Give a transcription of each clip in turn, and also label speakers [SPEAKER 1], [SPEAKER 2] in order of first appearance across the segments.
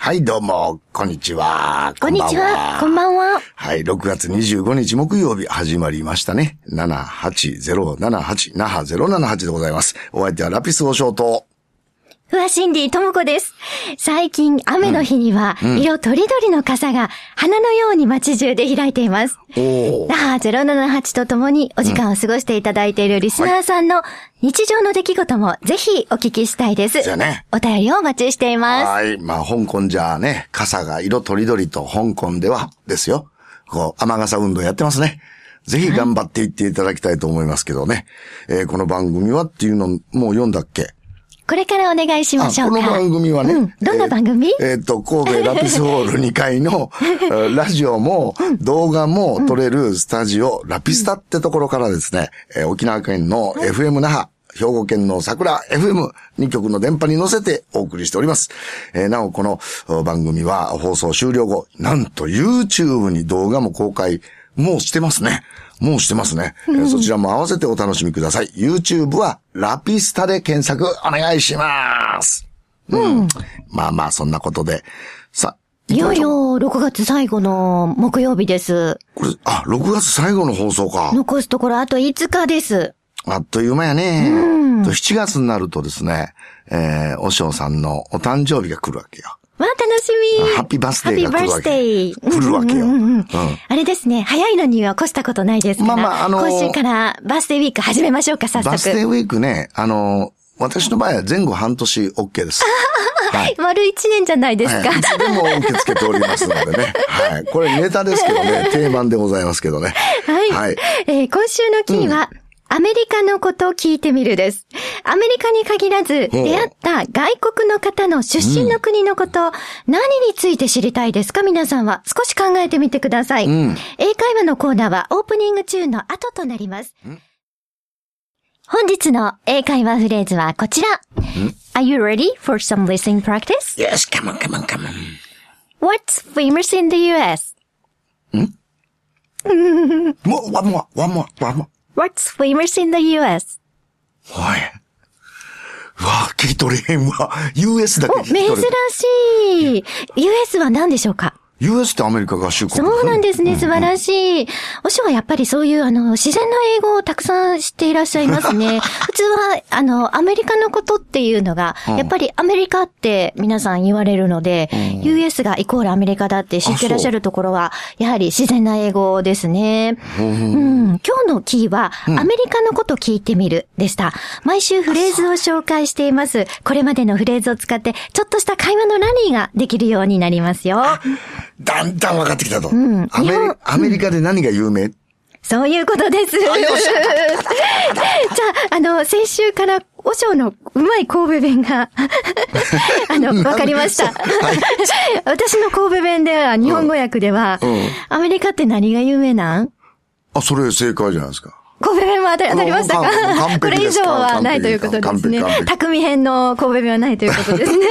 [SPEAKER 1] はい、どうも、こんにちは。
[SPEAKER 2] こんにちは。こんばんは。
[SPEAKER 1] はい、6月25日木曜日始まりましたね。78078、那覇078でございます。お相手はラピスをショート。
[SPEAKER 2] ふわしんディともこです。最近、雨の日には、色とりどりの傘が、花のように街中で開いています。
[SPEAKER 1] おー
[SPEAKER 2] 那。覇078とともにお時間を過ごしていただいているリスナーさんの日常の出来事もぜひお聞きしたいです。
[SPEAKER 1] じゃあね
[SPEAKER 2] お便りをお待ちしています。
[SPEAKER 1] はい。まあ、香港じゃあね、傘が色とりどりと香港では、ですよ。こう、雨傘運動やってますね。ぜひ頑張っていっていただきたいと思いますけどね。えーこの番組はっていうの、もう読んだっけ
[SPEAKER 2] これからお願いしましょ
[SPEAKER 1] あ
[SPEAKER 2] う
[SPEAKER 1] こ
[SPEAKER 2] か。
[SPEAKER 1] の番組はね。
[SPEAKER 2] うんどんな番組、
[SPEAKER 1] えーえっと、神戸ラピスホール2階のえーラジオも動画も撮れるスタジオ、ラピスタってところからですね、えー沖縄県の FM 那覇、兵庫県の桜 FM2 局の電波に乗せてお送りしております。えーなお、このお番組は放送終了後、なんと YouTube に動画も公開、もうしてますね。もうしてますね。えーそちらも合わせてお楽しみください。YouTube はラピスタで検索お願いします。うん。まあまあ、そんなことで。さ、
[SPEAKER 2] いよ
[SPEAKER 1] 行
[SPEAKER 2] い
[SPEAKER 1] きましょう。
[SPEAKER 2] よ6月最後の木曜日です。
[SPEAKER 1] これ、あ、6月最後の放送か。
[SPEAKER 2] 残すところあと5日です。
[SPEAKER 1] あっという間やね。と7月になるとですね、えー、おしょうさんのお誕生日が来るわけよ。
[SPEAKER 2] わあ、楽しみ
[SPEAKER 1] ハッピーバースデーが来るわけ。
[SPEAKER 2] ハッピーバースデー
[SPEAKER 1] 来るわけよ。
[SPEAKER 2] うんうんうんうん
[SPEAKER 1] うん
[SPEAKER 2] あれですね、早いのには越したことないですから。
[SPEAKER 1] まあまああのー
[SPEAKER 2] 今週からバースデーウィーク始めましょうか、早
[SPEAKER 1] バースデ
[SPEAKER 2] 速。
[SPEAKER 1] ーウィークね、あの、私の場合は前後半年 OK です。はい。
[SPEAKER 2] 丸一年じゃないですか。
[SPEAKER 1] はい、いつでも受け付けておりますのでね。はい。これネタですけどね、定番でございますけどね。
[SPEAKER 2] はい。
[SPEAKER 1] はい
[SPEAKER 2] えー今週のキーは、アメリカのことを聞いてみるです。アメリカに限らず、
[SPEAKER 1] ほう
[SPEAKER 2] 出会った外国の方の出身の国のこと、何について知りたいですか皆さんは。少し考えてみてください。
[SPEAKER 1] ん
[SPEAKER 2] 英会話のコーナーはオープニング中の後となります。本日の英会話フレーズはこちら。Are you ready for some listening practice?
[SPEAKER 1] Yes, come on, come on, come on.
[SPEAKER 2] What's famous in the US?
[SPEAKER 1] More, one more, one more, one more.
[SPEAKER 2] What's famous in the US?
[SPEAKER 1] おい。うわ、聞き取れへんわ。US だけ
[SPEAKER 2] お、
[SPEAKER 1] 聞き取れ
[SPEAKER 2] 珍しい。US は何でしょうか
[SPEAKER 1] US ってアメリカ合衆国
[SPEAKER 2] そうなんです
[SPEAKER 1] ね。
[SPEAKER 2] ね。素晴らしい。おしはやっぱりそういう、あの、自然の英語をたくさん知っていらっしゃいます ね。普通は、あの、アメリカのことっていうのが、やっぱりアメリカって皆さん言われるので、US がイコールアメリカだって知ってらっしゃるところは、やはり自然な英語ですね。うん、今日のキーは、アメリカのこと聞いてみるでした。毎週フレーズを紹介しています。これまでのフレーズを使って、ちょっとした会話のラリーができるようになりますよ。
[SPEAKER 1] だんだん分かってきたと。
[SPEAKER 2] ん
[SPEAKER 1] アメ
[SPEAKER 2] 日本
[SPEAKER 1] アメリカで何が有名
[SPEAKER 2] そういうことです。 じゃあ、あの、先週から、お尚のうまい神戸弁が、 あの、わかりました。 私の神戸弁では、日本語訳では、
[SPEAKER 1] うんうん
[SPEAKER 2] アメリカって何が有名なん
[SPEAKER 1] あ、それ正解じゃないですか。
[SPEAKER 2] 神戸弁も当たり当たりました
[SPEAKER 1] もう完
[SPEAKER 2] か
[SPEAKER 1] 完
[SPEAKER 2] こ
[SPEAKER 1] 璧
[SPEAKER 2] れ
[SPEAKER 1] で
[SPEAKER 2] 以
[SPEAKER 1] す
[SPEAKER 2] 上はないということで
[SPEAKER 1] 完
[SPEAKER 2] す
[SPEAKER 1] 璧完璧完。
[SPEAKER 2] ね
[SPEAKER 1] 璧
[SPEAKER 2] 匠編の神戸弁はないということですね。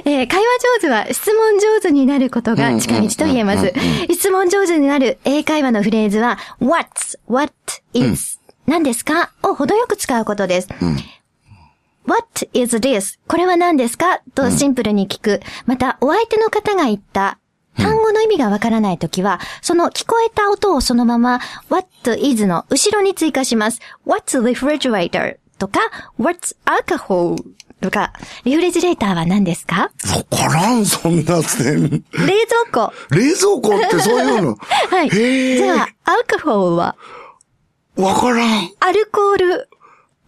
[SPEAKER 2] えー会話上手は質問上手になることが近道と言えます。質問上手になる英会話のフレーズは、what's, what is、何ですかを程よく使うことです。What is this? これは何ですかとシンプルに聞く。また、お相手の方が言った単語の意味がわからないときは、その聞こえた音をそのまま What is の後ろに追加します。What's refrigerator? とか、What's alcohol? とか、リフレジレーターは何ですか
[SPEAKER 1] わからん、そんなせ ん。
[SPEAKER 2] 冷蔵庫。
[SPEAKER 1] 冷蔵庫ってそういうの。
[SPEAKER 2] は
[SPEAKER 1] へ
[SPEAKER 2] い。
[SPEAKER 1] ー
[SPEAKER 2] じゃあ、アルコホールは
[SPEAKER 1] わからん。
[SPEAKER 2] アルコール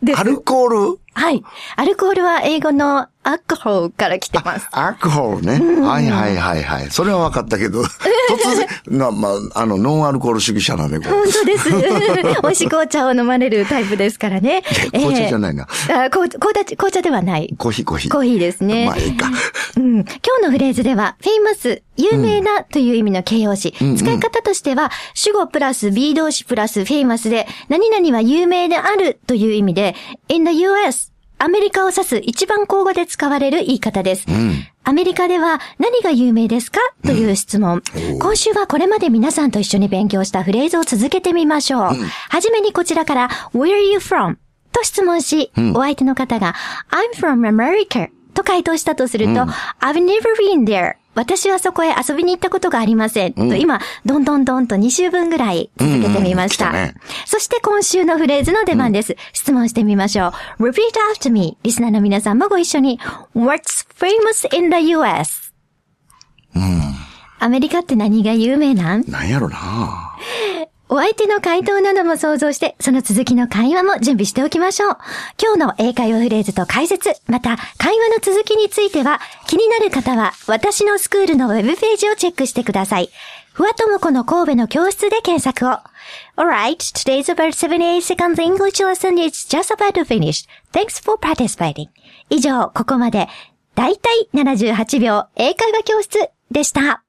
[SPEAKER 2] です
[SPEAKER 1] ア。ルコール。
[SPEAKER 2] はい。アルコールは英語のアルコホールから来てます。
[SPEAKER 1] アルコールね。はいはいはいはい。それは分かったけ ど、突然、な、まあ、あの、ノンアルコール主義者なんで、こう
[SPEAKER 2] 本当です。 美味しい紅茶を飲まれるタイプですからね。
[SPEAKER 1] 紅茶じゃないな
[SPEAKER 2] えーあ紅紅茶紅茶ではない。
[SPEAKER 1] コーヒーコーヒー。
[SPEAKER 2] コーヒーですね。
[SPEAKER 1] まあ、いいか。
[SPEAKER 2] うん、今日のフレーズでは、famous、有名なという意味の形容詞。使い方としては、主語プラス B 動詞プラス famous で、何々は有名であるという意味で、in the US、アメリカを指す一番口語で使われる言い方です。アメリカでは何が有名ですかという質問、今週はこれまで皆さんと一緒に勉強したフレーズを続けてみましょう。はじめにこちらから、Where are you from? と質問し、お相手の方が、I'm from America とと回答したとすると、I've never been there. 私はそこへ遊びに行ったことがありません。と今、どんどんどんと2週分ぐらい続けてみまし
[SPEAKER 1] うんうんうん来
[SPEAKER 2] た
[SPEAKER 1] たね。
[SPEAKER 2] そして今週のフレーズの出番です。質問してみましょう。Repeat after me. リスナーの皆さんもご一緒に。What's famous in the US? アメリカって何が有名なん
[SPEAKER 1] なんやろな
[SPEAKER 2] お相手の回答なども想像して、その続きの会話も準備しておきましょう。今日の英会話フレーズと解説、また会話の続きについては、気になる方は私のスクールのウェブページをチェックしてください。ふわともこの神戸の教室で検索を。Alright, today's about 78 seconds English lesson is just about to finish. Thanks for participating. 以上、ここまで、だいたい78秒英会話教室でした。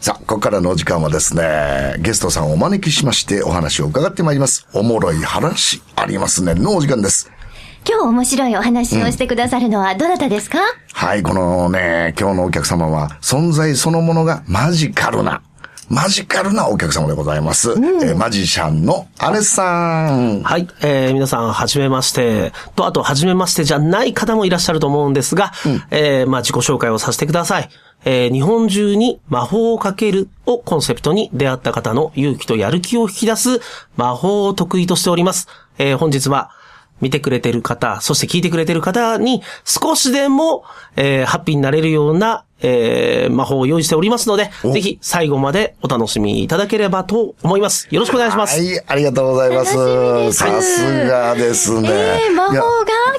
[SPEAKER 1] さあ、ここからのお時間はですね、ゲストさんをお招きしましてお話を伺ってまいります。おもろい話ありますねのお時間です。
[SPEAKER 2] 今日面白いお話をしてくださるのはどなたですか、
[SPEAKER 1] はい、このね、今日のお客様は、存在そのものがマジカルな、マジカルなお客様でございます。えーマジシャンのアレスさん。
[SPEAKER 3] はい、えー皆さん、はじめまして。と、あと、はじめましてじゃない方もいらっしゃると思うんですが、えーまあ、自己紹介をさせてください。えー日本中に魔法をかけるをコンセプトに出会った方の勇気とやる気を引き出す魔法を得意としております。えー本日は、見てくれてる方、そして聞いてくれてる方に少しでも、えーハッピーになれるような、えー魔法を用意しておりますので、ぜひ最後までお楽しみいただければと思います。よろしくお願いします。
[SPEAKER 1] はい、ありがとうございます。
[SPEAKER 2] 楽しみです
[SPEAKER 1] さすがですね。
[SPEAKER 2] ええ魔法が
[SPEAKER 1] いや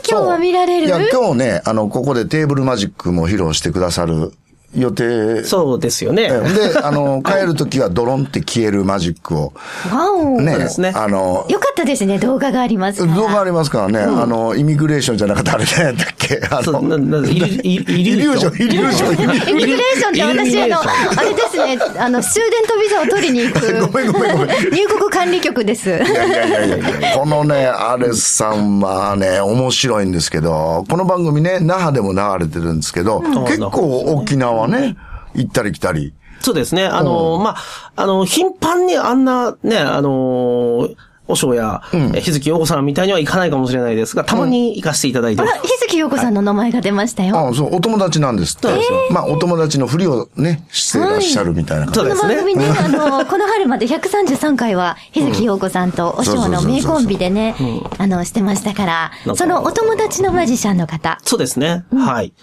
[SPEAKER 2] 今日は見られる
[SPEAKER 1] そういや、今日ね、あの、ここでテーブルマジックも披露してくださる予定。
[SPEAKER 3] そうですよね。
[SPEAKER 1] で、あの、帰るときはドロンって消えるマジックを。
[SPEAKER 2] わお、
[SPEAKER 1] ね
[SPEAKER 3] ですね
[SPEAKER 1] あの、
[SPEAKER 2] よかったですね、動画がありますから。
[SPEAKER 1] 動画ありますからね、あの、イミグレーションじゃなかったあれね、だっけあ
[SPEAKER 3] そう
[SPEAKER 1] の、
[SPEAKER 3] ななイリュイリ
[SPEAKER 1] イリュージョン、イリュージョン、イリュージョン
[SPEAKER 2] イミグレーションって
[SPEAKER 3] イル
[SPEAKER 2] 私、
[SPEAKER 3] ミ
[SPEAKER 2] あ
[SPEAKER 3] ネーション
[SPEAKER 2] の、あれですね、あの、終電とビザを取りに行く。
[SPEAKER 1] ごめんごめんごめ
[SPEAKER 2] 入国管理局です。
[SPEAKER 1] いやいやいやいやこのね、アレスさんはね、面白いんですけど、この番組ね、那覇でも流れてるんですけど、結構沖縄ね、行ったり来たり。
[SPEAKER 3] そうですね。あの、まあ、あの、頻繁にあんな、ね、あの、おしょうや、え日月陽子さんみたいにはいかないかもしれないですが、たまに行かせていただいて
[SPEAKER 2] あ
[SPEAKER 3] ま
[SPEAKER 2] ら
[SPEAKER 3] す。、
[SPEAKER 2] 日月陽子さんの名前が出ましたよ。
[SPEAKER 1] あそう、お友達なんですって。まあ、お友達のふりをね、していらっしゃるみたいな
[SPEAKER 3] そ
[SPEAKER 1] 感
[SPEAKER 3] う
[SPEAKER 2] この
[SPEAKER 3] です
[SPEAKER 2] 番組
[SPEAKER 3] ね。
[SPEAKER 2] ね、あの、この春まで133回は、日月陽子さんとお師匠の名コンビでね、あの、してましたから
[SPEAKER 3] う、ん
[SPEAKER 2] そのお友達のマジシャンの方。
[SPEAKER 3] そうですね。はい。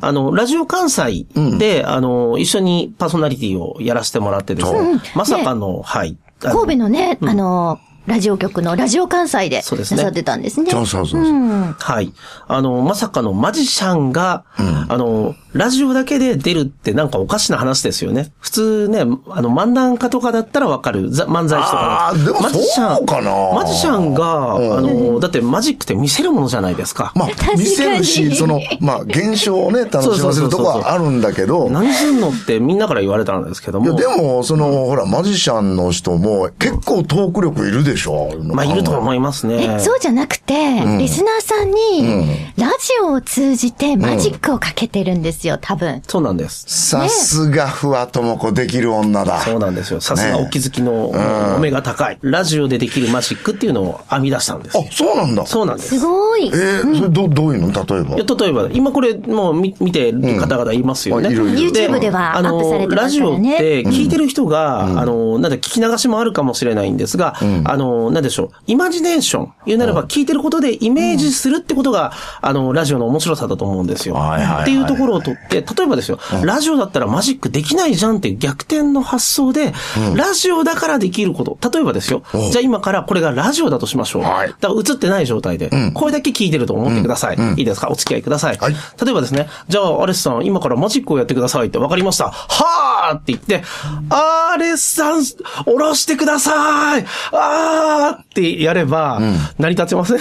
[SPEAKER 3] あの、ラジオ関西で、あの、一緒にパーソナリティをやらせてもらってです
[SPEAKER 1] う
[SPEAKER 3] ね、まさかの、はい。あの
[SPEAKER 2] 神戸のね、あの、ラジオ局のラジオ関西で
[SPEAKER 3] そう
[SPEAKER 2] な
[SPEAKER 3] ですね
[SPEAKER 2] さってたんですね。
[SPEAKER 1] じ。そうそうそうそう。
[SPEAKER 3] はい。あの、まさかのマジシャンが、あの、ラジオだけで出るってなんかおかしな話ですよね。普通ね、あの、漫談家とかだったらわかる。ざ漫才師とか。
[SPEAKER 1] あーでも
[SPEAKER 3] マジシ
[SPEAKER 1] そうかな
[SPEAKER 3] ャンマジシャンが、あの、だってマジックって見せるものじゃないですか。
[SPEAKER 1] まあ
[SPEAKER 2] 確か、に
[SPEAKER 1] 見せるし、その、まあ、現象をね、楽しませるとこはあるんだけど、
[SPEAKER 3] 何すんのってみんなから言われたんですけど
[SPEAKER 1] いや、
[SPEAKER 3] も
[SPEAKER 1] で。も、その、ほら、マジシャンの人も、結構トーク力いるでしょ
[SPEAKER 3] まあ、いると思いますね
[SPEAKER 2] え、。そうじゃなくて、リスナーさんに、ラジオを通じてマジックをかけてるんですよ、多分。
[SPEAKER 3] そうなんです。
[SPEAKER 1] さすが、ふわともこできる女だ。
[SPEAKER 3] そうなんですよ。さすが
[SPEAKER 1] ね
[SPEAKER 3] お気づきのお目が高い。ラジオでできるマジックっていうのを編み出したんです
[SPEAKER 1] あ
[SPEAKER 3] よ。、
[SPEAKER 1] そうなんだ。
[SPEAKER 3] そうなんです
[SPEAKER 2] す。ごい
[SPEAKER 1] え。ー、それど、どういうの例えば
[SPEAKER 3] いや。例えば、今これ、もう見見てる方々いますよね。
[SPEAKER 1] うんいろいろ
[SPEAKER 2] YouTube では
[SPEAKER 3] あの
[SPEAKER 2] アップされて
[SPEAKER 3] ラ
[SPEAKER 2] ます
[SPEAKER 3] ジ
[SPEAKER 2] か
[SPEAKER 3] オ
[SPEAKER 2] ら
[SPEAKER 3] っ
[SPEAKER 2] ね
[SPEAKER 3] て聞いてる人が、あの、なんだ、聞き流しもあるかもしれないんですが、あの、なんでしょう、イマジネーション、言うならば聞いてることでイメージするってことが、あの、ラジオの面白さだと思うんですよ。
[SPEAKER 1] はいはいはい
[SPEAKER 3] っていうところをとって、例えばですよ、ラジオだったらマジックできないじゃんっていう逆転の発想で、ラジオだからできること、例えばですよ、じゃあ今からこれがラジオだとしましょう。
[SPEAKER 1] はい
[SPEAKER 3] だから映ってない状態で、これだけ聞いてると思ってください。いいですかお付き合いください。
[SPEAKER 1] はい
[SPEAKER 3] 例えばですね、じゃあ、アレスさん、今からマジックをやってくださいって、わかりました。はーって言って、アレスさん、下ろしてくださいあーってやれば、成り立ちま せん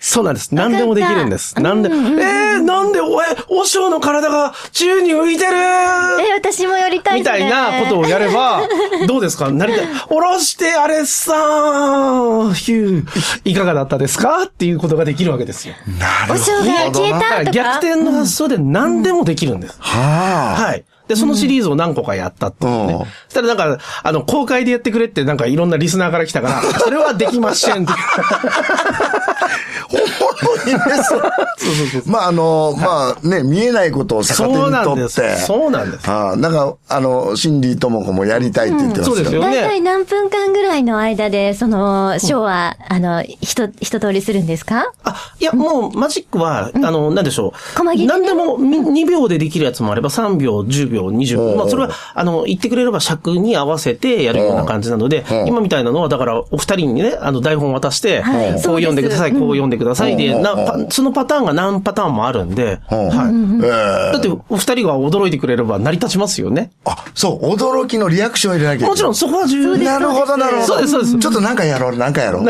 [SPEAKER 3] そうなんです。何でもできるんです。なんで、えー、なんで、おえ、おしょうの体が宙に浮いてる
[SPEAKER 2] え、私もやりたい
[SPEAKER 3] みたいなことをやれ ば、どうですか成り立ち、おろして、アレスさんヒュー、いかがだったですかっていうことができるわけですよ。
[SPEAKER 1] な
[SPEAKER 2] お正月消え
[SPEAKER 1] は
[SPEAKER 2] たとか。
[SPEAKER 3] 逆転の発想で何でもできるんです。
[SPEAKER 1] あ。
[SPEAKER 3] はい。で、そのシリーズを何個かやったっていうね。
[SPEAKER 1] うん
[SPEAKER 3] そしたらなんか、あの、公開でやってくれってなん かいろんなリスナーから来たから、それはできませんって。
[SPEAKER 1] おもろい です。まあ、あの、まあね、見えないことを逆手
[SPEAKER 3] そう
[SPEAKER 1] に
[SPEAKER 3] なん
[SPEAKER 1] 取
[SPEAKER 3] で
[SPEAKER 1] っ
[SPEAKER 3] す
[SPEAKER 1] て。。
[SPEAKER 3] そうなんです。
[SPEAKER 1] ああ、なんか、あの、心理とも子もやりたいって言ってます
[SPEAKER 3] そう
[SPEAKER 1] けど
[SPEAKER 3] です。よ
[SPEAKER 2] 大
[SPEAKER 3] ね。
[SPEAKER 2] 体何分間ぐらいの間で、その、ショーは、あの、ひと、一通りするんですか
[SPEAKER 3] あ、いや、もう、マジックは、あの、なんでしょう。
[SPEAKER 2] 細切りね
[SPEAKER 3] 何でも、み2秒でできるやつもあれば、3秒、10秒、20
[SPEAKER 1] おう
[SPEAKER 3] 秒。まあ、それは、あの、言ってくれれば尺に合わせてやるような感じなので
[SPEAKER 1] おう、
[SPEAKER 3] 今みたいなのは、だから、お二人にね、あの、台本渡して、
[SPEAKER 2] はい
[SPEAKER 3] こう
[SPEAKER 2] そうです
[SPEAKER 3] 読んでください、こう読んでください。で、
[SPEAKER 1] おう
[SPEAKER 3] な
[SPEAKER 1] おう
[SPEAKER 3] パそのパターンが何パターンもあるんで、
[SPEAKER 1] うん
[SPEAKER 3] はい。
[SPEAKER 1] ええ
[SPEAKER 3] だって、お二人が驚いてくれれば成り立ちますよね。
[SPEAKER 1] あ、そう、驚きのリアクション入れなきゃいけない
[SPEAKER 3] もちろん、そこは重要
[SPEAKER 1] なるほど、なるほど。
[SPEAKER 3] そうです、そうです。
[SPEAKER 1] ちょっとなんかやろう、なんかやろう。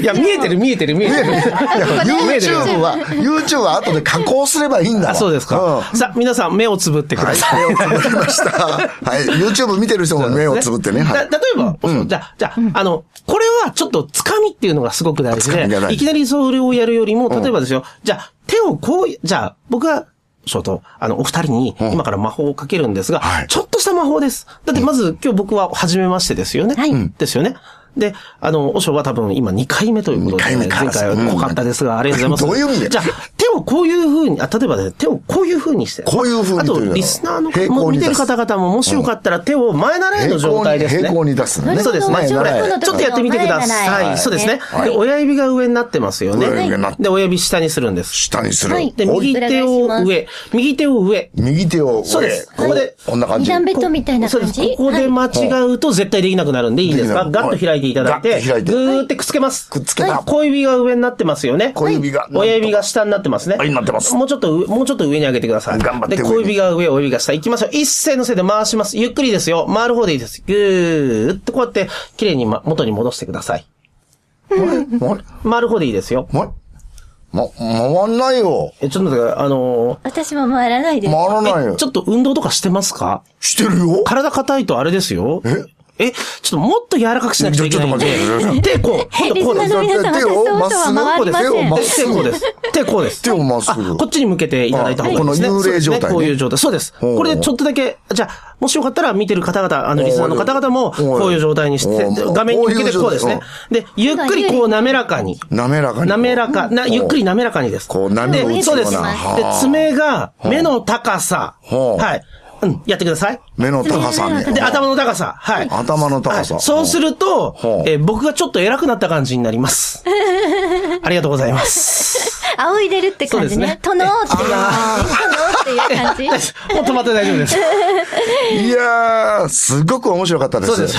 [SPEAKER 3] いや、見えてる、見えてる、見えてる。
[SPEAKER 1] いや
[SPEAKER 2] こね
[SPEAKER 1] YouTube は、YouTube は後で加工すればいいんだわ
[SPEAKER 3] そうです
[SPEAKER 1] ん
[SPEAKER 3] か。さあ、皆さん、目をつぶってく
[SPEAKER 1] は
[SPEAKER 3] だ
[SPEAKER 1] い
[SPEAKER 3] さい。、
[SPEAKER 1] 目をつぶりました。はい、YouTube 見てる人も目をつぶってね。
[SPEAKER 3] だ
[SPEAKER 1] は
[SPEAKER 3] 例
[SPEAKER 1] い。
[SPEAKER 3] えば、じゃあ、じゃあ、あの、これはちょっとつかみっていうのがすごく大事
[SPEAKER 1] つか
[SPEAKER 3] で
[SPEAKER 1] みが大、事
[SPEAKER 3] いきなりそれをやるよりも、例えばですよ、じゃあ、手をこう、じゃあ、僕が、ショート、あの、お二人に、今から魔法をかけるんですが
[SPEAKER 1] はい、
[SPEAKER 3] ちょっとした魔法です。だって、まず、今日僕は、初めましてですよね。
[SPEAKER 2] はいうん
[SPEAKER 3] ですよね。で、あの、おしょうは多分今2回目ということ
[SPEAKER 1] 二
[SPEAKER 3] で、
[SPEAKER 1] 回目か
[SPEAKER 3] 前回は濃かったですが、ありがとうございます。
[SPEAKER 1] どういう意味だよ
[SPEAKER 3] じゃあ、手をこういう風に、あ、例えばね、手をこういう風にして。
[SPEAKER 1] こういう風に
[SPEAKER 3] あ
[SPEAKER 1] というの
[SPEAKER 3] と、
[SPEAKER 1] は
[SPEAKER 3] リスナーの
[SPEAKER 1] 平行に出す
[SPEAKER 3] もう見てる方々も、もしよかったら手を前習いの状態ですね。
[SPEAKER 1] 平行に平行に出すのね
[SPEAKER 3] そうですね。
[SPEAKER 1] 前
[SPEAKER 3] こ
[SPEAKER 1] 習い
[SPEAKER 3] れ、ちょっとやってみてくだ
[SPEAKER 2] は
[SPEAKER 3] さ
[SPEAKER 2] い
[SPEAKER 3] い。そうですね
[SPEAKER 1] は。い
[SPEAKER 3] で親指が上になってますよね
[SPEAKER 1] 親指がなっ。
[SPEAKER 3] で、親指下にするんです。
[SPEAKER 1] 下にする。
[SPEAKER 2] はい
[SPEAKER 3] で、
[SPEAKER 1] おい
[SPEAKER 3] 右手を
[SPEAKER 2] お願いし
[SPEAKER 3] 上。右手を上。
[SPEAKER 1] 右手を上。
[SPEAKER 3] そうですここで
[SPEAKER 1] こんな感
[SPEAKER 2] 二
[SPEAKER 1] じ。
[SPEAKER 2] 段ベッドみたいな
[SPEAKER 3] そう
[SPEAKER 2] 感
[SPEAKER 3] です。
[SPEAKER 2] じ
[SPEAKER 3] ここで間違うと絶対できなくなるんでいいです
[SPEAKER 1] で
[SPEAKER 3] か
[SPEAKER 1] きない
[SPEAKER 3] ガッと開いていただい
[SPEAKER 1] ガッ
[SPEAKER 3] て、
[SPEAKER 1] と開いて
[SPEAKER 3] ぐーってくっつけます。
[SPEAKER 1] くっつけた
[SPEAKER 3] はい小指が上になってますよね。
[SPEAKER 1] 小指が
[SPEAKER 3] はい親指が下になってますね。
[SPEAKER 1] はいなってます
[SPEAKER 3] もうちょっと上、もうちょっと上に上げてください。
[SPEAKER 1] 頑張って
[SPEAKER 3] で、
[SPEAKER 1] 上に
[SPEAKER 3] 小指が上、親指が下。行きましょう。一斉のせいで回します。ゆっくりですよ。回る方でいいです。ぐーっとこうやって、綺麗にま元に戻してください。
[SPEAKER 1] あれあれ
[SPEAKER 3] 回る方でいいですよ。
[SPEAKER 1] ま、ま、回んないよ。
[SPEAKER 3] え、ちょっと待ってください。あの
[SPEAKER 2] 私も回らないで
[SPEAKER 1] 回
[SPEAKER 2] す。
[SPEAKER 1] らない
[SPEAKER 3] ーえ、
[SPEAKER 1] よ
[SPEAKER 3] ち。ょっと運動とかしてますか
[SPEAKER 1] してるよ。
[SPEAKER 3] 体硬いとあれですよ。ええ、ちょっともっと柔らかくしなきゃいけないんで
[SPEAKER 1] ちょちょっと待っ。
[SPEAKER 3] 手こう、ほんとこ う
[SPEAKER 2] リ
[SPEAKER 3] で
[SPEAKER 2] スナーの皆さん、
[SPEAKER 1] 手
[SPEAKER 2] 私
[SPEAKER 1] を
[SPEAKER 2] そうとは回りま
[SPEAKER 1] 手をまっ
[SPEAKER 2] せ
[SPEAKER 1] す
[SPEAKER 2] ん。
[SPEAKER 1] ぐ
[SPEAKER 3] 手こうです。手こうです。
[SPEAKER 1] 手をまっすぐ
[SPEAKER 3] あこっちに向けていただいた方がいいですね。
[SPEAKER 1] あこの幽霊状態ね
[SPEAKER 3] そうですこういう状態。そうです。
[SPEAKER 1] ほう
[SPEAKER 3] これでちょっとだけ、じゃあ、もしよかったら見てる方々、あの、リスナーの方々も、
[SPEAKER 1] ほう
[SPEAKER 3] こういう状態にし
[SPEAKER 1] ほう
[SPEAKER 3] て、画面に向けてこうですね
[SPEAKER 1] ほ。
[SPEAKER 3] で、ゆっくりこう滑らかに。
[SPEAKER 1] 滑らかに。
[SPEAKER 3] 滑らか、な、ゆっくり滑らかにです。
[SPEAKER 1] こう波
[SPEAKER 3] で
[SPEAKER 1] を打つ
[SPEAKER 3] そう
[SPEAKER 1] よ
[SPEAKER 3] で
[SPEAKER 1] う
[SPEAKER 3] す。で
[SPEAKER 1] な。はあ、
[SPEAKER 3] 爪が、目の高さ。
[SPEAKER 1] ほう
[SPEAKER 3] はい。うん、やってください。
[SPEAKER 1] 目の高さね。
[SPEAKER 3] で、頭の高さ。はい。
[SPEAKER 1] 頭の高さ。
[SPEAKER 3] はいそうすると
[SPEAKER 1] ほう、
[SPEAKER 3] えー僕がちょっと偉くなった感じになります。 ありがとうございます。
[SPEAKER 2] 仰いでるって感じね。
[SPEAKER 3] そう
[SPEAKER 2] と
[SPEAKER 3] で
[SPEAKER 2] の
[SPEAKER 3] すね
[SPEAKER 2] ーっていう
[SPEAKER 1] あ、
[SPEAKER 2] とのーっていう感じ。
[SPEAKER 3] もう止まって大丈 夫です。
[SPEAKER 1] いやー、すごく面白かったです。
[SPEAKER 3] そうです。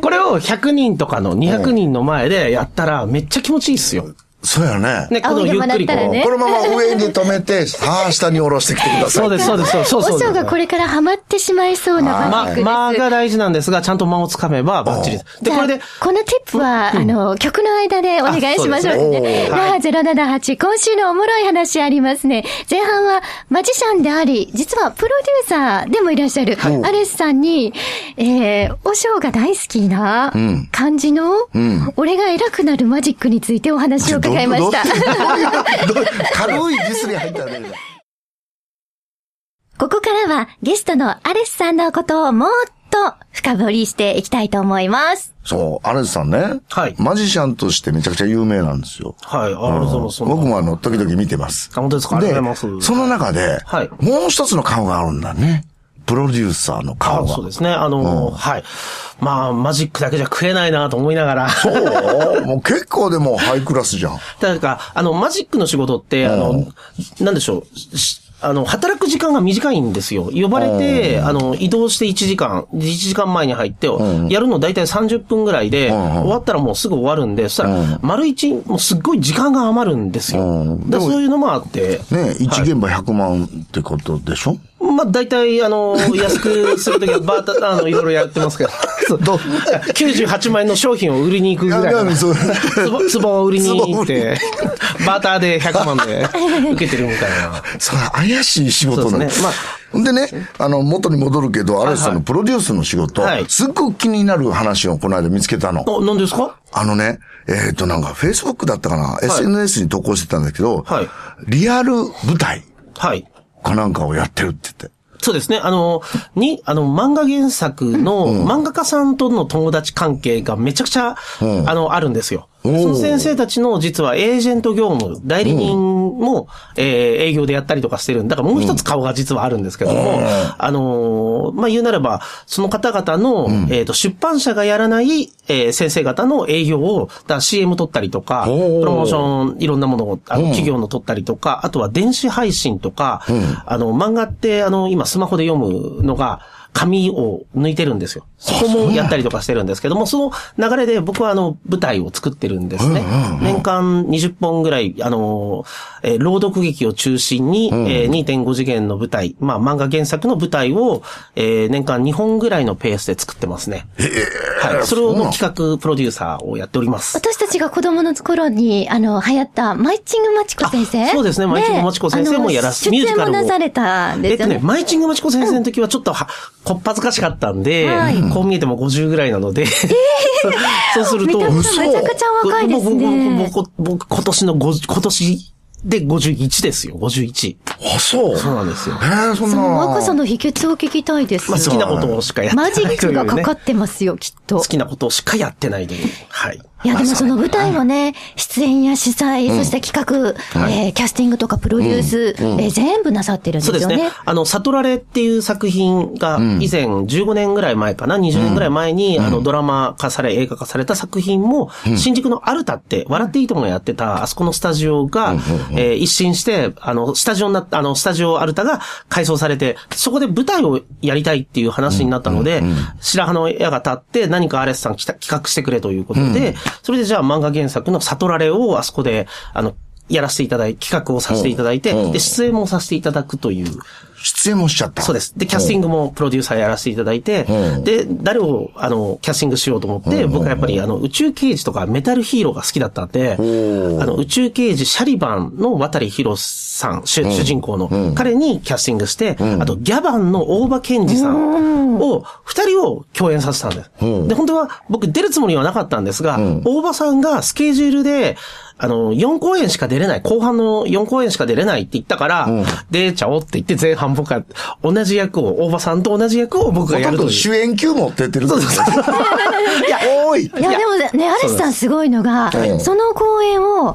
[SPEAKER 3] これを100人とかの200人の前でやったらめっちゃ気持ちいいっすよ。
[SPEAKER 1] そうやね。
[SPEAKER 3] ね、この
[SPEAKER 2] 仰いで
[SPEAKER 3] ゆ
[SPEAKER 2] も
[SPEAKER 3] っ
[SPEAKER 2] らっ
[SPEAKER 3] くりこ
[SPEAKER 2] たら
[SPEAKER 3] う。
[SPEAKER 2] ね
[SPEAKER 1] このまま上に止めて、さあ、下に下ろしてきてください。
[SPEAKER 3] そうです、そうです、そう そうそう
[SPEAKER 2] お
[SPEAKER 3] で
[SPEAKER 2] 嬢
[SPEAKER 3] す。
[SPEAKER 2] がこれからハマってしまいそうなマ
[SPEAKER 3] ま
[SPEAKER 2] ジックです。
[SPEAKER 3] 間が大事なんですが、ちゃんと間をつかめばバッチリです。
[SPEAKER 2] じ
[SPEAKER 3] で、
[SPEAKER 2] ゃあ
[SPEAKER 3] これで、
[SPEAKER 2] このティップは、あの、曲の間でお願いしましょう
[SPEAKER 1] あそうで
[SPEAKER 2] ね。
[SPEAKER 1] すね
[SPEAKER 2] ラ
[SPEAKER 3] は
[SPEAKER 2] ー078、今週のおもろい話ありますね。前半は、マジシャンであり、実はプロデューサーでもいらっしゃる、アレスさんに、えー、お嬢が大好きな感じの、俺が偉くなるマジックについてお話を伺いまし
[SPEAKER 1] ど
[SPEAKER 2] た。
[SPEAKER 1] うどう軽いディスに入ったね。
[SPEAKER 2] ここからは、ゲストのアレスさんのことをもっと深掘りしていきたいと思います。
[SPEAKER 1] そう、アレスさんね。
[SPEAKER 3] はい
[SPEAKER 1] マジシャンとしてめちゃくちゃ有名なんですよ。
[SPEAKER 3] はい、ありがとうございます。
[SPEAKER 1] 僕もあの、時々見てます。
[SPEAKER 3] あ本当ですかありがとうございます
[SPEAKER 1] その中で、
[SPEAKER 3] はい
[SPEAKER 1] もう一つの顔があるんだね。プロデューサーの顔
[SPEAKER 3] あ
[SPEAKER 1] が。
[SPEAKER 3] そう ですね。あの、はい。まあ、マジックだけじゃ食えないなと思いながら。
[SPEAKER 1] そうもう結構でもハイクラスじゃん。
[SPEAKER 3] だから、あの、マジックの仕事って、あの、なんでしょう。しあの、働く時間が短いんですよ。呼ばれて、あの、移動して1時間、1時間前に入って、やるの大体30分ぐらいで、終わったらもうすぐ終わるんで、そしたら、丸1、もうすっごい時間が余るんです
[SPEAKER 1] う
[SPEAKER 3] よ。
[SPEAKER 1] ん
[SPEAKER 3] だからそういうのもあって。
[SPEAKER 1] ね一現場100万ってことでしょ、
[SPEAKER 3] まあ、大体、あ の、安くするときは、バータ、あの、いろいろやって ますけど。どう ?98 万円の商品を売りに行くぐらい
[SPEAKER 1] いやいやそう
[SPEAKER 3] つぼ、つぼを売りに行って、バーターで100万で受けてるみたい な。
[SPEAKER 1] それ怪しい仕事なん
[SPEAKER 3] そうですねまあ
[SPEAKER 1] ほんでね、あの、元に戻るけど、アレスさんのプロデュースの仕事、
[SPEAKER 3] はい
[SPEAKER 1] すっごく気になる話をこの間見つけたの。
[SPEAKER 3] お、何ですか
[SPEAKER 1] あのね、えっ、となんか Facebook だったかな、SNS に投稿してたんだけど、
[SPEAKER 3] はい
[SPEAKER 1] リアル舞台
[SPEAKER 3] はい。
[SPEAKER 1] かなんかをやってるって言って。
[SPEAKER 3] そうですね。あの、に、あの、漫画原作の、漫画家さんとの友達関係がめちゃくちゃ、あの、あるんですよ。
[SPEAKER 1] おー
[SPEAKER 3] その先生たちの実はエージェント業務、代理人も、えー営業でやったりとかしてるんだからもう一つ顔が実はあるんですけども、あのーまあ、言うなれば、その方々の、えっ、と、出版社がやらない、えー先生方の営業を、だから CM 撮ったりとか、プ
[SPEAKER 1] おー
[SPEAKER 3] ロモーションいろんなものを、あの、企業の撮ったりとか、あとは電子配信とか、あの、漫画って、あの、今スマホで読むのが、紙を抜いてるんですよ。そこもやったりとかしてるんですけども、その流れで僕はあの、舞台を作ってるんですね。年間20本ぐらい、あの、えー朗読劇を中心に、えー2.5次元の舞台、まあ漫画原作の舞台を、えー年間2本ぐらいのペースで作ってますね。はい。それをの企画プロデューサーをやっております。
[SPEAKER 2] 私たちが子供の頃に、あの、流行った、マイチングマチコ先生
[SPEAKER 3] あそうですねマイチングマチコ先生もやら
[SPEAKER 2] し
[SPEAKER 3] せミュージカ
[SPEAKER 2] 出
[SPEAKER 3] ルも
[SPEAKER 2] 演もなされたん
[SPEAKER 3] え
[SPEAKER 2] で
[SPEAKER 3] っ
[SPEAKER 2] す
[SPEAKER 3] と
[SPEAKER 2] よね。
[SPEAKER 3] ね、マイチングマチコ先生の時はちょっとは、こっぱずかしかったんで、
[SPEAKER 2] はい
[SPEAKER 3] こう見えても50ぐらいなので、 そうする
[SPEAKER 2] 見
[SPEAKER 3] と、
[SPEAKER 2] た目めちゃくちゃ若いですね。
[SPEAKER 3] 僕、僕、僕、僕今年の5、今年で51ですよ、51。
[SPEAKER 1] あ、そう。
[SPEAKER 3] そうなんですよ
[SPEAKER 1] へえ、そん
[SPEAKER 2] そ
[SPEAKER 1] な。
[SPEAKER 2] の若さの秘訣を聞きたいです。
[SPEAKER 3] まあ、好きなことしかやってな
[SPEAKER 2] マ
[SPEAKER 3] いと
[SPEAKER 2] ジ
[SPEAKER 3] いう、ね。
[SPEAKER 2] ックがかかってますよ、きっと
[SPEAKER 3] 好。きなことしかやってないという。はい。
[SPEAKER 2] いや、でもその
[SPEAKER 3] まあ
[SPEAKER 2] 舞台もね、出演や主催、そして企画、えーキャスティングとかプロデュース、えー全部なさってるんです
[SPEAKER 3] そうです
[SPEAKER 2] よ
[SPEAKER 3] ね
[SPEAKER 2] ね。。
[SPEAKER 3] あの、悟られっていう作品が、以前15年ぐらい前かな、20年ぐらい前に、あの、ドラマ化され、映画化された作品も、新宿のアルタって、笑っていいともやってた、あそこのスタジオが、えー一新して、あの、スタジオになった、あの、スタジオアルタが改装されて、そこで舞台をやりたいっていう話になったので、白羽の矢が立って、何かアレスさんきた企画してくれということで、それでじゃあ漫画原作の悟られを、あそこで、あの、やらせていただい、企画をさせていただいて、
[SPEAKER 1] うん
[SPEAKER 3] で、出演もさせていただくという、
[SPEAKER 1] 出演もしちゃった。
[SPEAKER 3] そうです。で、キャスティングもプロデューサーやらせていただいて
[SPEAKER 1] うん、
[SPEAKER 3] で、誰を、あの、キャスティングしようと思って、僕はやっぱり、あの、宇宙刑事とかメタルヒーローが好きだったんで、
[SPEAKER 1] おー
[SPEAKER 3] あの、宇宙刑事シャリバンの渡博さん、主主人公の、彼にキャスティングして、あと、ギャバンの大場健二さんを、二人を共演させたんです。で、本当は僕出るつもりはなかったんですが、大場さんがスケジュールで、あの、4公演しか出れない、後半の4公演しか出れないって言ったから、出ちゃおうって言って前半僕は同じ役を、大場さんと同じ役を僕が
[SPEAKER 1] ほ
[SPEAKER 3] や
[SPEAKER 1] とん
[SPEAKER 3] るという
[SPEAKER 1] ど。主演級持ってってるってことです ね。いや、おーい。
[SPEAKER 2] いや、でもね、アレスさんすごいのが、
[SPEAKER 1] うです
[SPEAKER 2] その公演を、完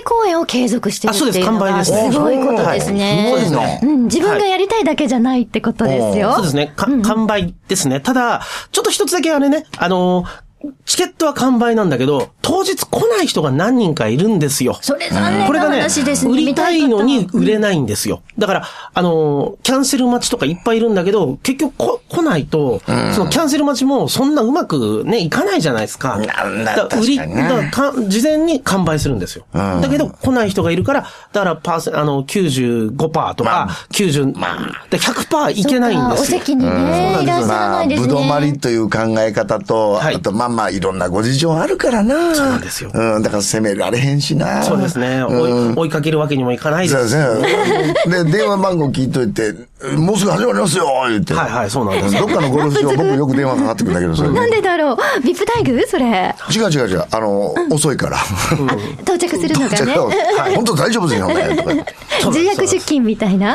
[SPEAKER 2] 売公演を継続してるっていうの
[SPEAKER 3] あ
[SPEAKER 2] が、す
[SPEAKER 3] そうです完売ですね
[SPEAKER 2] ごいことですね。
[SPEAKER 1] はいすごいな
[SPEAKER 2] うん、自分がやりたいだけじゃないってことですよ。
[SPEAKER 3] そうですね。か、完売ですね。ただ、ちょっと一つだけあれね、あのー、チケットは完売なんだけど、当日来ない人が何人かいるんですよ。
[SPEAKER 2] それ残念
[SPEAKER 3] これ
[SPEAKER 2] な
[SPEAKER 3] がね
[SPEAKER 2] 話です、ね。
[SPEAKER 3] 売りたいの
[SPEAKER 2] 見
[SPEAKER 3] に
[SPEAKER 2] かった
[SPEAKER 3] 売れないんですよ。だから、あのー、キャンセル待ちとかいっぱいいるんだけど、結局こ来ないと、そのキャンセル待ちもそんなうまくね、いかないじゃないですか。
[SPEAKER 1] なんだ
[SPEAKER 3] から売り、だ
[SPEAKER 1] 確かにね
[SPEAKER 3] からか事前に完売するんですよ。だけど来ない人がいるから、だからパーセン、あの、95%と
[SPEAKER 1] ま
[SPEAKER 3] か
[SPEAKER 1] あ、
[SPEAKER 3] 90、で100%いけないん
[SPEAKER 2] そう
[SPEAKER 3] で
[SPEAKER 2] かお
[SPEAKER 3] すよ。
[SPEAKER 2] 席にね、いらっし
[SPEAKER 1] ま
[SPEAKER 2] ゃらな
[SPEAKER 1] あ、
[SPEAKER 2] いです
[SPEAKER 1] ぶ
[SPEAKER 2] ね。
[SPEAKER 1] どまりという考え方と、
[SPEAKER 3] はい
[SPEAKER 1] あと、まあまあ、いろんなご事情あるからな。そう
[SPEAKER 3] なんですよ
[SPEAKER 1] うん、だから責められへんしな。
[SPEAKER 3] そうですね。追い追いかけるわけにもいかないで
[SPEAKER 1] そう
[SPEAKER 3] す
[SPEAKER 1] ですね。で、電話番号聞いといて、もうすぐ始まりますよ言って。
[SPEAKER 3] はいはいそうなんです
[SPEAKER 1] どっかのゴルフ場、僕よく電話かかってくるんだけど、それ。
[SPEAKER 2] なんでだろうビップ待遇それ。
[SPEAKER 1] 違う違う違う。あの、遅いから。
[SPEAKER 2] 到着するのがね。
[SPEAKER 1] 本当大丈夫ですよね。とか言って
[SPEAKER 3] そうで
[SPEAKER 2] 重
[SPEAKER 3] す
[SPEAKER 2] 役出勤みたいな。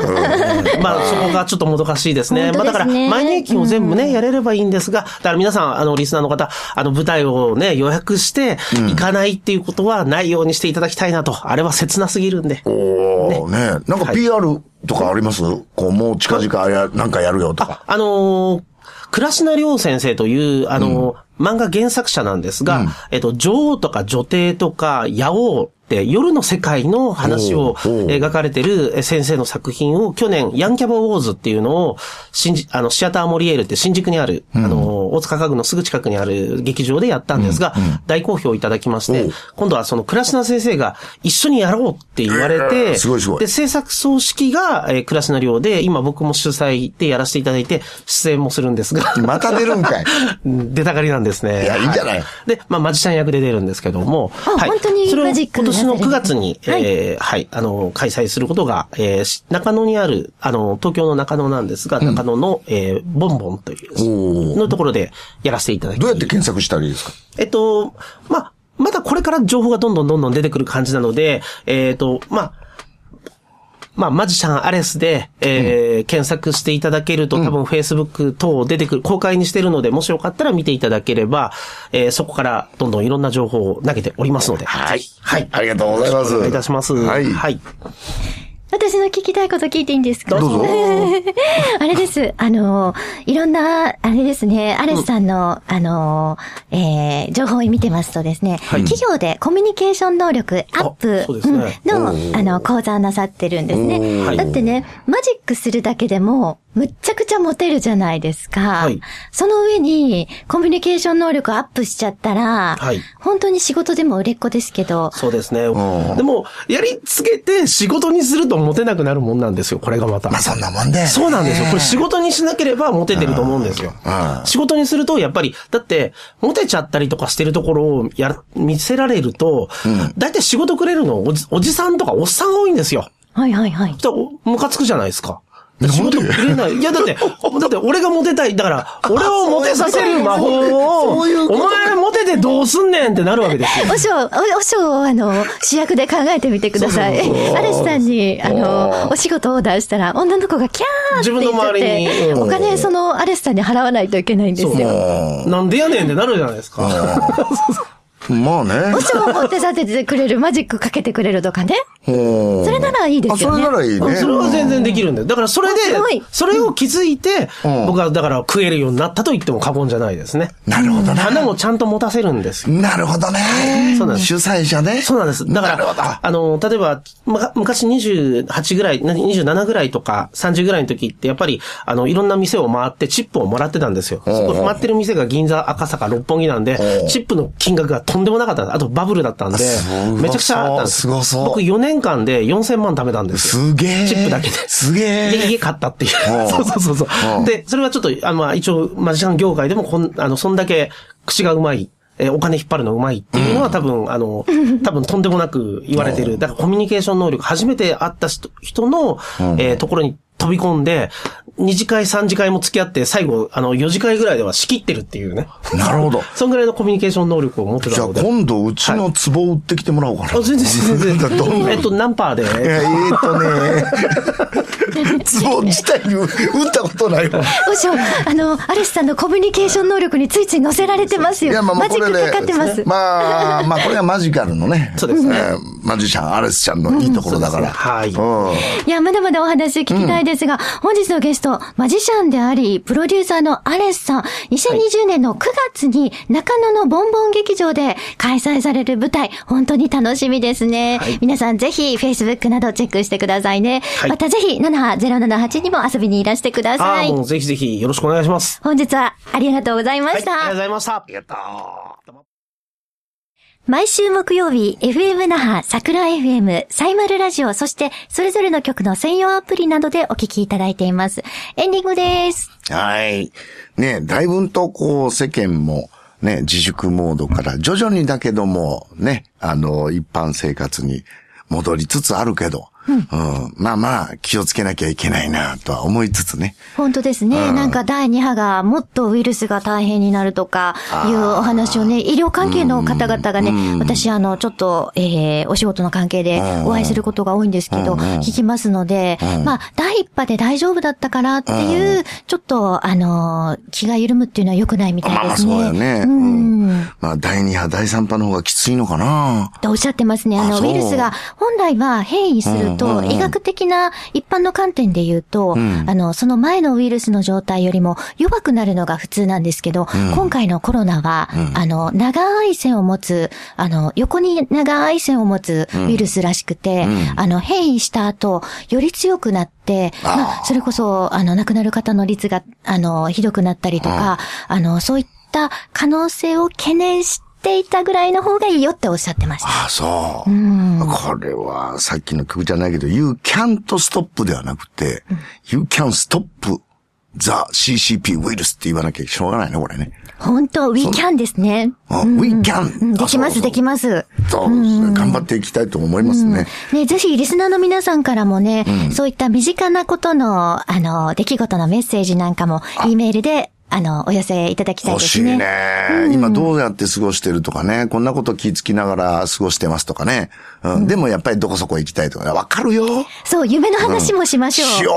[SPEAKER 3] まあ、そこがちょっともどかしいですね。
[SPEAKER 2] 本当
[SPEAKER 3] まあ、
[SPEAKER 2] で
[SPEAKER 3] だ
[SPEAKER 2] すね
[SPEAKER 3] から、前年金を全部ね、やれればいいんですが、だから皆さん、あの、リスナーの方、あの、舞台をね、予約して、行かないっていうことはないようにしていただきたいなと。あれは切なすぎるんで。
[SPEAKER 1] おー、ね。なんか PR とかありますこう、もう近々あれや、なんかやるよとか。
[SPEAKER 3] あのー、倉科亮先生という、あのー、漫画原作者なんですが、えっと、女王とか女帝とか、野王って夜の世界の話
[SPEAKER 1] おうお
[SPEAKER 3] を
[SPEAKER 1] う
[SPEAKER 3] 描かれてるえ先生の作品を、去年、ヤンキャバウォーズっていうのを、新宿あの、シアターモリエールって新宿にある、あのー、大塚家具のすぐ近くにある劇場でやったんですが、大好評いただきまし
[SPEAKER 1] お
[SPEAKER 3] て
[SPEAKER 1] う、
[SPEAKER 3] 今度はその倉科先生が一緒にやろうって言われ
[SPEAKER 1] えー
[SPEAKER 3] て、
[SPEAKER 1] すごいすごい
[SPEAKER 3] で制作葬式が、えー、クラスの寮で、今僕も主催でやらせていただいて、出演もするんですが、
[SPEAKER 1] また出るんかい。
[SPEAKER 3] うん出たがりなんですね。
[SPEAKER 1] いやいいんじゃない
[SPEAKER 3] はで、まあ、マジシャン役で出るんですけども、
[SPEAKER 2] あ本当に
[SPEAKER 3] それを
[SPEAKER 2] マジック
[SPEAKER 3] 今
[SPEAKER 2] な
[SPEAKER 3] 年
[SPEAKER 2] され
[SPEAKER 3] の
[SPEAKER 2] る
[SPEAKER 3] 9月に、えーはい、あの、開催することが、えーし中野にある、あの、東京の中野なんですが、中野の、えーボンボンという、のところでやらせていただき
[SPEAKER 1] どうやって検索したらいいですか
[SPEAKER 3] えっと、まあ、まだこれから情報がどんどんどんどん出てくる感じなので、えっと、まあ、まあ、マジシャンアレスで、えー検索していただけると、多分 Facebook 等出てくる、公開にしてるので、もしよかったら見ていただければ、えーそこからどんどんいろんな情報を投げておりますので。
[SPEAKER 1] はい。はい。ありがとうござい
[SPEAKER 3] よろ
[SPEAKER 1] ま
[SPEAKER 3] しく
[SPEAKER 1] す。
[SPEAKER 3] お願いいたします。
[SPEAKER 1] はい。
[SPEAKER 3] はい。
[SPEAKER 2] 私の聞きたいこと聞いていいんですか
[SPEAKER 1] どうぞ。
[SPEAKER 2] あれです。あの、いろんな、あれですね、アレスさんの、あの、えー情報を見てますとですね、企業でコミュニケーション能力アップ
[SPEAKER 3] あそうですね
[SPEAKER 2] うんの、あの、講座をなさってるんです
[SPEAKER 1] お
[SPEAKER 2] ね。
[SPEAKER 3] ー
[SPEAKER 2] だってね、マジックするだけでも、むっちゃくちゃモテるじゃないですか。
[SPEAKER 3] はい
[SPEAKER 2] その上に、コミュニケーション能力アップしちゃったら、
[SPEAKER 3] はい
[SPEAKER 2] 本当に仕事でも売れっ子ですけど、
[SPEAKER 3] そうですね。
[SPEAKER 1] ん
[SPEAKER 3] でも、やりつけて仕事にするとモテなくなるもんなんですよ、これがまた。
[SPEAKER 1] まあそんなもんで。
[SPEAKER 3] そうなんですよ。これ仕事にしなければモテてると思うんですよ
[SPEAKER 1] うんうん。
[SPEAKER 3] 仕事にすると、やっぱり、だって、モテちゃったりとかしてるところをやら見せられると、だいたい仕事くれるのおじおじさんとかおっさんが多いんですよ。
[SPEAKER 2] はいはいはい。
[SPEAKER 3] だからムカつくじゃないですか。
[SPEAKER 1] なんで
[SPEAKER 3] 仕事くれない。いや、だって、だって俺がモテたい。だから、俺をモテさせる魔法を、
[SPEAKER 1] そういうこ
[SPEAKER 3] お
[SPEAKER 1] と
[SPEAKER 3] 前モテてどうすんねんってなるわけですよ。
[SPEAKER 2] おしょう、おおしょうをあの、主役で考えてみてください。
[SPEAKER 3] そうそうそう
[SPEAKER 2] アレスさんに、あの、お仕事をオーダーしたら、女の子がキャーって言っちゃっ
[SPEAKER 3] 自分の周り
[SPEAKER 2] て、
[SPEAKER 3] に
[SPEAKER 2] お金そのアレスさんに払わないといけないんですよ。
[SPEAKER 1] う
[SPEAKER 3] なんでやねんってなるじゃないですか。
[SPEAKER 1] んまあね
[SPEAKER 2] お。しょうを手立ててくれる、マジックかけてくれるとかね。
[SPEAKER 1] そ
[SPEAKER 2] それならいいですよね
[SPEAKER 1] それならいいね。
[SPEAKER 3] それは全然できるんだよ。だからそれ
[SPEAKER 2] あ
[SPEAKER 3] で
[SPEAKER 2] すごい、
[SPEAKER 3] それを気づいて、
[SPEAKER 1] うん
[SPEAKER 3] 僕はだから食えるようになったと言っても過言じゃないですね。
[SPEAKER 1] なるほどな。
[SPEAKER 3] 花もちゃんと持たせるんですよ。
[SPEAKER 1] なるほどね。
[SPEAKER 3] そうなんです
[SPEAKER 1] 主催者ね。
[SPEAKER 3] そうなんです。だか
[SPEAKER 1] なるほど
[SPEAKER 3] ら、あの、例えば、ま、昔28ぐらい、な27ぐらいとか30ぐらいの時って、やっぱり、あの、いろんな店を回ってチップをもらってたんですよ。そこ回ってる店が銀座、赤坂、六本木なんで
[SPEAKER 1] お、
[SPEAKER 3] チップの金額がとんでもなかったんです。あとバブルだったんで
[SPEAKER 1] あすごい、
[SPEAKER 3] めちゃくちゃあったんです。
[SPEAKER 1] すごそう
[SPEAKER 3] 僕4年間で4000万貯めたんですよ。
[SPEAKER 1] すげえ。
[SPEAKER 3] チップだけで。
[SPEAKER 1] すげ
[SPEAKER 3] で、
[SPEAKER 1] え
[SPEAKER 3] 家。買っ たっていう
[SPEAKER 1] うん。
[SPEAKER 3] そうそうそうそうう。
[SPEAKER 1] ん
[SPEAKER 3] で、それはちょっと、あまあ、一応、マジシャン業界でも、こん、あの、そんだけ、口がうまい。えーお金引っ張るのうまいっていうのは多分、あ の、多分とんでもなく言われてる。だからコミュニケーション能力、初めて会った人人の、えーところに飛び込んで、2次会、3次会も付き合って、最後、あの、4次会ぐらいでは仕切ってるっていうね。
[SPEAKER 1] なるほど。
[SPEAKER 3] そんぐらいのコミュニケーション能力を持って
[SPEAKER 1] じ
[SPEAKER 3] た
[SPEAKER 1] ゃあ
[SPEAKER 3] ので。
[SPEAKER 1] 今度うちの壺を売ってきてもらおうかな。
[SPEAKER 3] あ全然全然
[SPEAKER 1] だって どん
[SPEAKER 3] 全
[SPEAKER 1] な
[SPEAKER 3] 然。えっと、ナンパーで。
[SPEAKER 1] えーっと ね、壺自体に打ったことないわ。
[SPEAKER 2] おしょう、あの、アレスさんのコミュニケーション能力についつい乗せられてます
[SPEAKER 1] い
[SPEAKER 2] よ。
[SPEAKER 1] や、まあま
[SPEAKER 2] マ
[SPEAKER 1] あ
[SPEAKER 2] ジ
[SPEAKER 1] こ
[SPEAKER 2] ッ
[SPEAKER 1] れ
[SPEAKER 2] ク
[SPEAKER 1] で、
[SPEAKER 2] かかってます。
[SPEAKER 1] まあ、まあこれがマジカルのね。
[SPEAKER 3] そうですね
[SPEAKER 1] えーマジシャン、アレスちゃんのいいところだから。
[SPEAKER 3] そうですね
[SPEAKER 1] うん
[SPEAKER 2] いや、まだまだお話聞きたいですが、本日のゲスト、マジシャンであり、プロデューサーのアレスさん、2020年の9月に中野のボンボン劇場で開催される舞台、本当に楽しみですね。
[SPEAKER 3] はい
[SPEAKER 2] 皆さんぜひ、Facebook などチェックしてくださいね。
[SPEAKER 3] はい
[SPEAKER 2] またぜひ、78078にも遊びにいらしてくだ
[SPEAKER 3] あ
[SPEAKER 2] さ
[SPEAKER 3] あ、
[SPEAKER 2] い
[SPEAKER 3] も。うぜひぜひよろしくお願いします。
[SPEAKER 2] 本日はありがとうございま
[SPEAKER 3] はい、あ
[SPEAKER 2] し
[SPEAKER 3] り
[SPEAKER 2] た。
[SPEAKER 3] がとうございました。
[SPEAKER 1] やったー。
[SPEAKER 2] 毎週木曜日、FM 那覇、桜 FM、サイマルラジオ、そして、それぞれの曲の専用アプリなどでお聞きいただいています。エンディングです。
[SPEAKER 1] はい。ねだいぶんとこう世間もね、自粛モードから徐々にだけども、ね、あの、一般生活に戻りつつあるけど、うんまあまあ気をつけなきゃいけないなとは思いつつね。
[SPEAKER 2] 本当ですね。なんか第2波がもっとウイルスが大変になるとかいうお話をね、医療関係の方々がね、私あの、ちょっと、えー、お仕事の関係で
[SPEAKER 1] うん
[SPEAKER 2] お会いすることが多いんですけど、
[SPEAKER 1] うん
[SPEAKER 2] 聞きますので、まあ、第1波で大丈夫だったからっていう、ちょっと、あのー、気が緩むっていうのは良くないみたい
[SPEAKER 1] ま
[SPEAKER 2] で
[SPEAKER 1] あ
[SPEAKER 2] すね。
[SPEAKER 1] そうだよね。
[SPEAKER 2] うん。
[SPEAKER 1] まあ第2波、第3波の方がきついのかな
[SPEAKER 2] っておっしゃってますね。あ
[SPEAKER 1] あ
[SPEAKER 2] の、
[SPEAKER 1] そう
[SPEAKER 2] ウイルスが本来は変異すると、医学的な一般の観点で言うと、あの、その前のウイルスの状態よりも弱くなるのが普通なんですけど、今回のコロナは、あの、長い線を持つ、あの、横に長い線を持つウイルスらしくて、あの、変異した後、より強くなって、まあ、それこそ、あの、亡くなる方の率が、あの、ひどくなったりとか、あの、そういった可能性を懸念して、いたぐらいの方がいいよっておっしゃってました。
[SPEAKER 1] ああ、そう。これはさっきの曲じゃないけど、You can't stop ではなくて、You can stop the CCP ウイルスって言わなきゃしょうがないね、これね。
[SPEAKER 2] 本当、we can ですね。
[SPEAKER 1] あ We can!
[SPEAKER 2] うんできます、でき
[SPEAKER 1] ま
[SPEAKER 2] ます。
[SPEAKER 1] す。そうですね。頑張っていきたいと思いますね。
[SPEAKER 2] ね、ぜひ、リスナーの皆さんからもね、そういった身近なことの、あの、出来事のメッセージなんかも、E メールで、あの、お寄せいただきたい
[SPEAKER 1] 欲
[SPEAKER 2] で
[SPEAKER 1] し
[SPEAKER 2] す
[SPEAKER 1] い
[SPEAKER 2] ね。
[SPEAKER 1] ね。今どうやって過ごしてるとかね、こんなこと気づきながら過ごしてますとかね。うん、でもやっぱりどこそこ行きたいとかね、わかるよ。
[SPEAKER 2] そう、夢の話もしましょう。。
[SPEAKER 1] しよ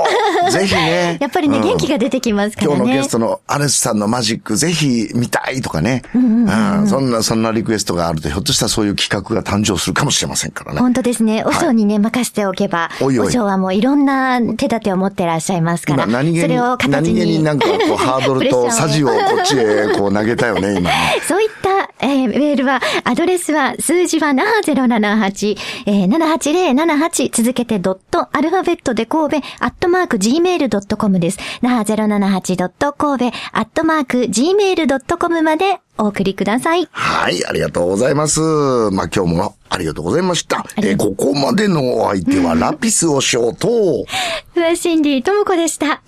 [SPEAKER 1] う。ぜひね
[SPEAKER 2] やっぱりね、
[SPEAKER 1] うん
[SPEAKER 2] 元気が出てきますから
[SPEAKER 1] 今日
[SPEAKER 2] ね。
[SPEAKER 1] のゲストのアレスさんのマジックぜひ見たいとかね。うん。そんな、そんなリクエストがあると、ひょっとしたらそういう企画が誕生するかもしれませんからね。
[SPEAKER 2] 本当ですね。お嬢にね、任せておけば、
[SPEAKER 1] おいおい
[SPEAKER 2] 嬢はもういろんな手立てを持ってらっしゃいますから、
[SPEAKER 1] 今何気
[SPEAKER 2] そ
[SPEAKER 1] に、
[SPEAKER 2] れを
[SPEAKER 1] 何気
[SPEAKER 2] 形
[SPEAKER 1] に
[SPEAKER 2] に。
[SPEAKER 1] なんかこうハード
[SPEAKER 2] プ
[SPEAKER 1] ル
[SPEAKER 2] レッシャー
[SPEAKER 1] とサジをこっちへこう投げたよね、今ね。
[SPEAKER 2] そういった、えーメールは、アドレスは、数字は7078、えー、78078続けてドット、アルファベットで神戸、アットマーク gmail.com です。7078ドット神戸、アットマーク gmail.com までお送りください。
[SPEAKER 1] はい、ありがとうございます。まあ、今日もありがとうございました。
[SPEAKER 2] り
[SPEAKER 1] え
[SPEAKER 2] が
[SPEAKER 1] ーここまでのお相手はラピスをしようと、
[SPEAKER 2] ふわしんりともこでした。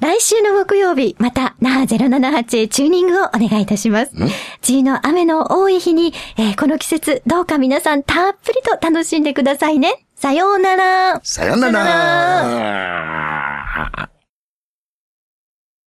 [SPEAKER 2] 来週の木曜日、また、那覇078へチューニングをお願いいたします。梅雨の雨の多い日に、えーこの季節、どうか皆さんたっぷりと楽しんでくださいね。さようなら。
[SPEAKER 1] さよなら。